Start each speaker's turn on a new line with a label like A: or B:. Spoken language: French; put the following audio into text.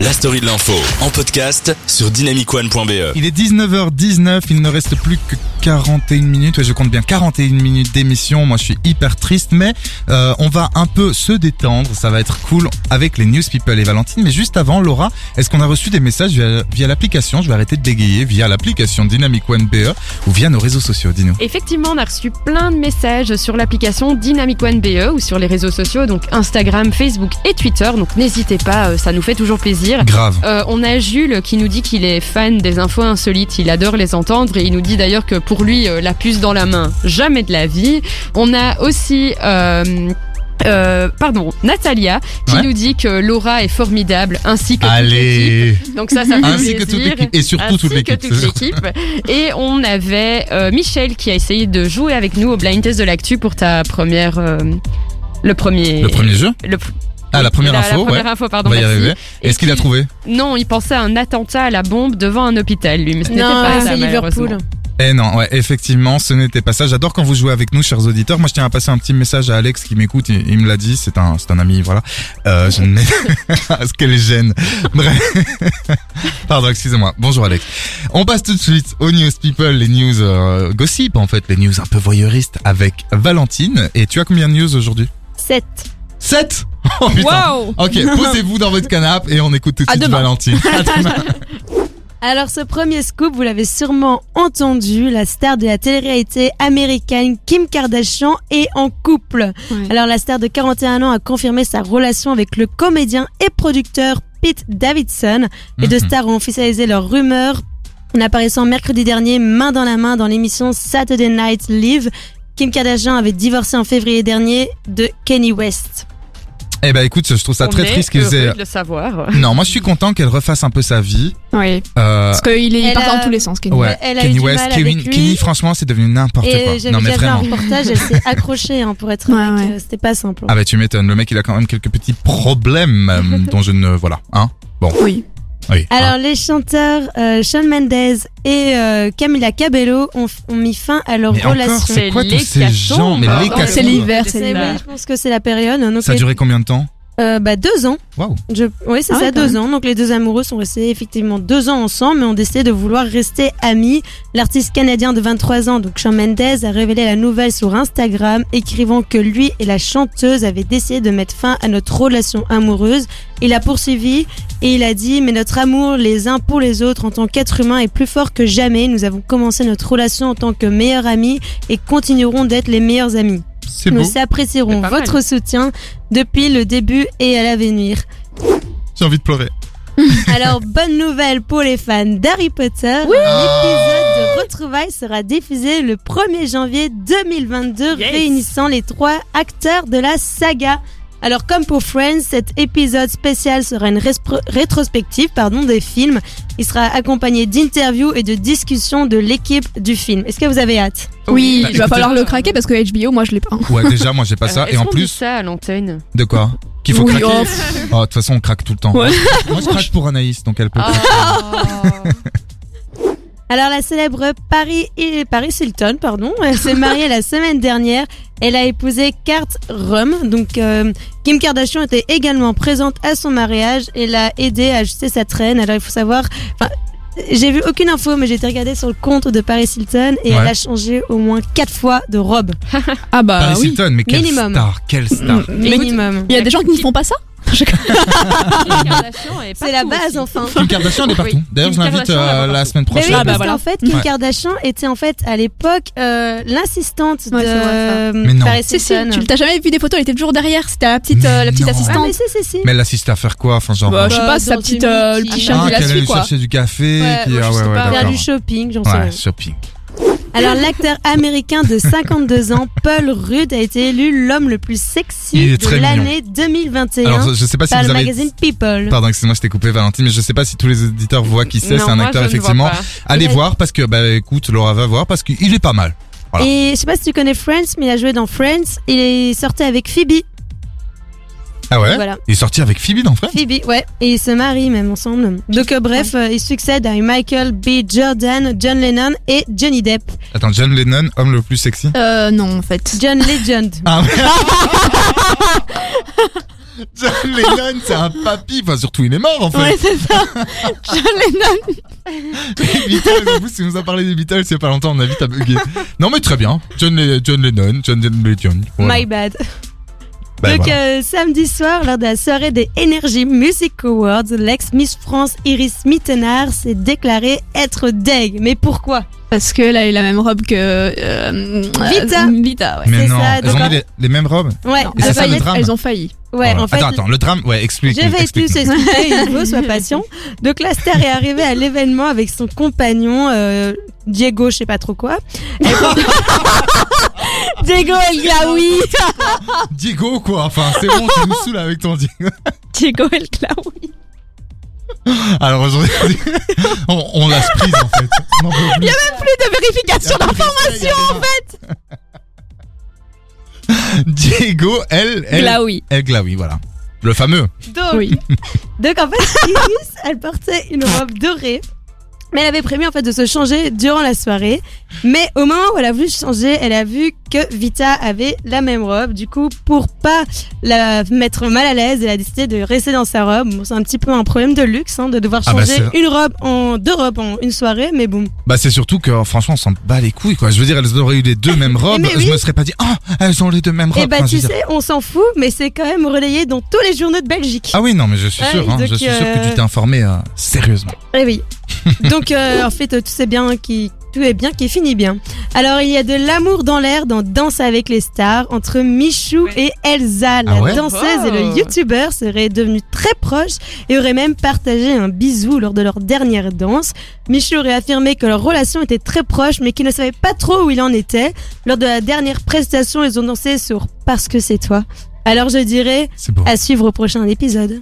A: La story de l'info en podcast sur dynamicone.be.
B: Il est 19h19, il ne reste plus que 41 minutes, ouais, je compte bien 41 minutes d'émission, moi je suis hyper triste, mais euh, on va un peu se détendre, ça va être cool avec les News People et Valentine, mais juste avant, Laura, est-ce qu'on a reçu des messages via, via l'application Je vais arrêter de bégayer, via l'application Dynamic One BE ou via nos réseaux sociaux, dis-nous.
C: Effectivement, on a reçu plein de messages sur l'application Dynamic One BE ou sur les réseaux sociaux, donc Instagram, Facebook et Twitter. Donc n'hésitez pas, euh, ça nous fait toujours plaisir.
B: Grave.
C: Euh, on a Jules qui nous dit qu'il est fan des infos insolites, il adore les entendre et il nous dit d'ailleurs que pour lui, euh, la puce dans la main, jamais de la vie. On a aussi... euh, euh, pardon, Natalia qui
B: Ouais.
C: nous dit que Laura est formidable ainsi que toute l'équipe.
B: Allez
C: donc ça ça fait
B: Ainsi que
C: plaisir.
B: toute l'équipe, et surtout
C: Ainsi
B: toute
C: que
B: l'équipe.
C: toute l'équipe. Et on avait euh, Michel qui a essayé de jouer avec nous au blind test de l'actu pour ta première. euh, le premier.
B: Le premier jeu
C: le pr-
B: Ah, la première info, ouais.
C: première info, pardon.
B: On va y
C: merci.
B: arriver.
C: Et
B: Est-ce qu'il a
C: puis-
B: trouvé
C: Non, il pensait à un attentat à la bombe devant un hôpital, lui. Mais ce n'était pas ça, malheureusement.
B: Eh non, ouais, effectivement, ce n'était pas ça. J'adore quand vous jouez avec nous, chers auditeurs. Moi, je tiens à passer un petit message à Alex qui m'écoute. Il, il me l'a dit, c'est un, c'est un ami, voilà. Euh, je ne mets... ce qu'elle gêne. Bref. Pardon, excusez-moi. Bonjour Alex. On passe tout de suite aux news people, les news euh, gossip, en fait, les news un peu voyeuristes avec Valentine. Et tu as combien de news aujourd'hui
C: 7.
B: 7 Oh putain
D: Wow
B: Ok, posez-vous dans votre canapé et on écoute tout de
D: À
B: suite
D: demain.
B: Valentine. À demain.
D: Alors ce premier scoop, vous l'avez sûrement entendu, la star de la télé-réalité américaine Kim Kardashian est en couple.
C: Ouais.
D: Alors la star de 41 ans a confirmé sa relation avec le comédien et producteur Pete Davidson. Les deux
B: Mhm.
D: stars ont officialisé leur rumeur en apparaissant mercredi dernier main dans la main dans l'émission Saturday Night Live. Kim Kardashian avait divorcé en février dernier de Kanye West.
B: Eh ben écoute, je trouve ça
C: On
B: très
C: est
B: triste qu'ils
C: heureux
B: aient...
C: de le savoir.
B: Non, moi je suis content qu'elle refasse un peu sa vie.
E: Oui,
B: Euh,
E: parce qu'il est
D: Elle
E: parti
D: a-
E: dans tous les sens. Kenny.
B: Ouais,
D: Elle a eu
B: Kenny
D: du
B: West,
D: mal
B: Kevin,
D: avec lui.
B: Kenny, franchement, c'est devenu n'importe
D: Et
B: quoi.
D: j'avais
B: Non, mais
D: déjà vu un
B: vraiment.
D: reportage, elle s'est accrochée hein, pour être
E: Ouais,
D: honnête,
E: ouais.
D: euh, c'était pas simple.
B: Ah, bah, tu m'étonnes. Le mec, il a quand même quelques petits problèmes, euh, dont je ne, voilà, hein.
E: Oui.
B: Oui. hein.
D: Alors les chanteurs euh, Shawn Mendes et euh, Camila Cabello ont, ont mis fin à leur
B: Mais encore,
D: relation.
B: c'est
C: Mais
B: quoi tous ces
C: l'hécatombe.
B: gens Mais
C: Pardon.
B: l'hécatombe.
E: Ah, C'est l'hiver,
D: C'est-
E: c'est
D: ouais,
E: l'hiver.
D: je pense que c'est la période. hein. Donc,
B: ça a
D: les-
B: duré combien de temps?
D: euh, bah, deux ans.
B: Waouh.
D: Je... Oui, c'est
E: Ah
D: ça,
E: ouais, quand
D: deux ans. Donc les deux amoureux sont restés effectivement deux ans ensemble, mais ont décidé de vouloir rester amis. L'artiste canadien de 23 ans, donc Shawn Mendes, a révélé la nouvelle sur Instagram, écrivant que lui et la chanteuse avaient décidé de mettre fin à notre relation amoureuse. Il a poursuivi et il a dit Mais notre amour les uns pour les autres en tant qu'êtres humains est plus fort que jamais. Nous avons commencé notre relation en tant que meilleurs amis et continuerons d'être les meilleurs amis.
B: C'est beau.
D: Nous apprécierons
C: C'est pas mal.
D: votre soutien depuis le début et à l'avenir.
B: J'ai envie de pleurer.
D: Alors, bonne nouvelle pour les fans d'Harry Potter. L'épisode de Retrouvailles sera diffusé le 1er janvier 2022,
C: Yes.
D: réunissant les trois acteurs de la saga. Alors, comme pour Friends, cet épisode spécial sera une respro- rétrospective pardon, des films. Il sera accompagné d'interviews et de discussions de l'équipe du film. Est-ce que vous avez hâte
E: Oui,
B: Bah,
E: il va
B: écoutez-
E: falloir le craquer parce que HBO, moi je l'ai pas.
B: Ouais, déjà, moi, j'ai pas Ah, ça.
C: Euh,
B: Et
C: est-ce
B: en
C: qu'on dit
B: plus,
C: ça à l'antenne.
B: de quoi? Qu'il faut
E: Oui,
B: craquer.
E: oh,
B: Oh,
E: pff,
B: de toute façon, on craque tout le temps. hein.
E: Ouais.
B: Moi, je craque pour Anaïs, donc elle peut.
C: Ah,
D: Alors la célèbre Paris, Paris Hilton, pardon, elle s'est mariée la semaine dernière. Elle a épousé Kurt Rum. Donc euh, Kim Kardashian était également présente à son mariage et l'a aidée à ajuster sa traîne. Alors il faut savoir, enfin, j'ai vu aucune info, mais j'ai été regarder sur le compte de Paris Hilton et
B: Ouais.
D: elle a changé au moins quatre fois de robe
E: Ah bah
B: Paris
E: oui. Mm.
B: Hilton, mais quelle
D: Minimum.
B: star, quelle star.
E: Mais écoute,
D: minimum.
E: il y a des gens qui ne font pas ça
D: C'est la base enfin.
B: Kim Kardashian, elle est partout.
C: Oui.
B: D'ailleurs, je
C: Kim
B: l'invite
C: Kardashian,
B: euh,
C: elle est
B: la
C: partout.
B: semaine
D: Mais
B: prochaine.
D: oui,
E: Ah bah
D: parce
E: voilà.
D: qu'en fait, Kim
B: Ouais.
D: Kardashian était en fait à l'époque euh, l'assistante
E: Ouais,
D: de
E: c'est vrai, ça.
D: euh,
B: Mais non.
D: Paris
E: Si, si,
D: Hilton.
E: tu t'as jamais vu des photos, elle était toujours derrière, c'était la petite, euh,
B: Mais
E: la petite
B: non.
D: Ah
E: assistante.
D: mais si si si.
B: Mais elle assiste à faire quoi? Enfin, genre.
E: Bah, je sais
D: Bah,
E: pas, c'est la
D: dans
E: petite,
D: une
E: euh, le
D: boutique.
E: petit
D: Ah,
E: chien qui
B: qu'elle
E: la
B: allait
E: suit quoi.
B: chercher du café.
D: Ouais,
B: puis-
D: ouais,
B: ah,
D: je
B: ouais,
D: sais
B: ouais,
D: Euh, pas, faire
B: d'accord.
D: du shopping, j'en sais rien.
B: Ouais, shopping.
D: Alors l'acteur américain de 52 ans, Paul Rudd, a été élu l'homme le
B: Il
D: plus
B: est
D: sexy de
B: très
D: l'année 2021
B: Alors, je- je sais pas si
D: par
B: vous
D: hein le
B: avez.
D: magazine People.
B: Pardon, excuse-moi, je t'ai coupé, Valentine, mais je sais pas si tous les auditeurs voient qui c'est.
C: Non,
B: C'est un
C: moi,
B: acteur,
C: je ne vois
B: effectivement.
C: pas.
B: Allez
D: Ouais.
B: voir parce que, bah, écoute, Laura va voir parce qu'il est pas mal. Voilà.
D: Et je sais pas si tu connais Friends, mais il a joué dans Friends. Il est sorti avec Phoebe.
B: Ah ouais?
D: Voilà.
B: Il est sorti avec Phoebe dans Friends?
D: Phoebe, ouais. Et ils se marient même ensemble. Donc euh, bref, euh, il succède à Michael B. Jordan, John Lennon et Johnny Depp.
B: Attends, John Lennon, homme le plus sexy?
E: Euh, non, en fait.
D: John Legend.
B: Ah ouais. John Lennon, c'est un papy. Enfin, surtout, il est mort, en fait.
E: Ouais, c'est ça. John Lennon.
B: Les Beatles, en plus, il nous a parlé des Beatles il y a pas longtemps, on a vite à bugger. Non, mais très bien. John, Le- John Lennon, John Lennon. Voilà.
D: My bad.
B: Bah,
D: Donc
B: voilà.
D: euh, samedi soir, lors de la soirée des Energy Music Awards, l'ex Miss France Iris Mittenard s'est déclarée être deg. Mais pourquoi
E: Parce qu'elle a eu la même robe que. euh,
D: Vita.
E: euh, Vita, ouais.
B: Mais
D: Bah, c'est
B: non,
D: ça,
B: elles ont
D: donc
B: mis
D: en-
B: les, les mêmes robes.
D: Ouais,
E: Non,
B: Et
E: elles,
B: c'est
D: en
B: ça, le
D: fait,
E: ont failli-
B: drame
E: elles ont failli.
D: ouais,
B: Voilà.
D: en fait,
B: attends, attends, le drame, ouais, explique.
D: Je vais
B: explique
D: tous expliquer, Hugo, sois patient. Donc la star est arrivée à l'événement avec son compagnon euh, Diego, je sais pas trop quoi. Elle- Diego El Glaoui.
B: Diego, quoi. Enfin, c'est bon, tu nous saoules avec ton Diego.
E: Diego El Claoui.
B: Alors, aujourd'hui, on, on l'a prise, en fait. On en peut plus.
E: Plus de vérification d'informations.
B: en fait. Diego, elle, elle,
E: Glaoui.
B: elle Glaoui, voilà. Le fameux.
D: Donc,
E: Oui.
D: donc en fait, Iris, elle portait une robe dorée. Mais elle avait prévu en fait de se changer durant la soirée. Mais au moment où elle a voulu se changer, elle a vu que Vita avait la même robe. Du coup, pour pas la mettre mal à l'aise, elle a décidé de rester dans sa robe. Bon, c'est un petit peu un problème de luxe hein, de devoir
B: Ah bah,
D: changer une robe en deux robes en une soirée. Mais bon,
B: Bah c'est surtout que franchement on s'en bat les couilles quoi. Je veux dire elles auraient eu les deux mêmes robes,
D: Mais oui.
B: je me serais pas dit ah elles ont les deux mêmes robes.
D: Et bah
B: Enfin, je
D: tu
B: veux dire-
D: sais, on s'en fout, mais c'est quand même relayé dans tous les journaux de Belgique.
B: Ah oui non mais je suis
D: Ouais,
B: sûr, hein,
D: donc,
B: je suis sûr que
D: euh,
B: tu t'es informé euh, sérieusement.
D: Eh oui. Donc euh, en fait, euh, tout c'est bien qui tout est bien qui finit bien. Alors il y a de l'amour dans l'air dans Danse avec les stars entre Michou et Elsa, la
B: Ah ouais
D: danseuse et le
C: Wow.
D: youtubeur seraient devenus très proches et auraient même partagé un bisou lors de leur dernière danse. Michou aurait affirmé que leur relation était très proche mais qu'il ne savait pas trop où il en était. Lors de la dernière prestation, ils ont dansé sur Parce que c'est toi. Alors je dirais
B: C'est beau.
D: à suivre au prochain épisode.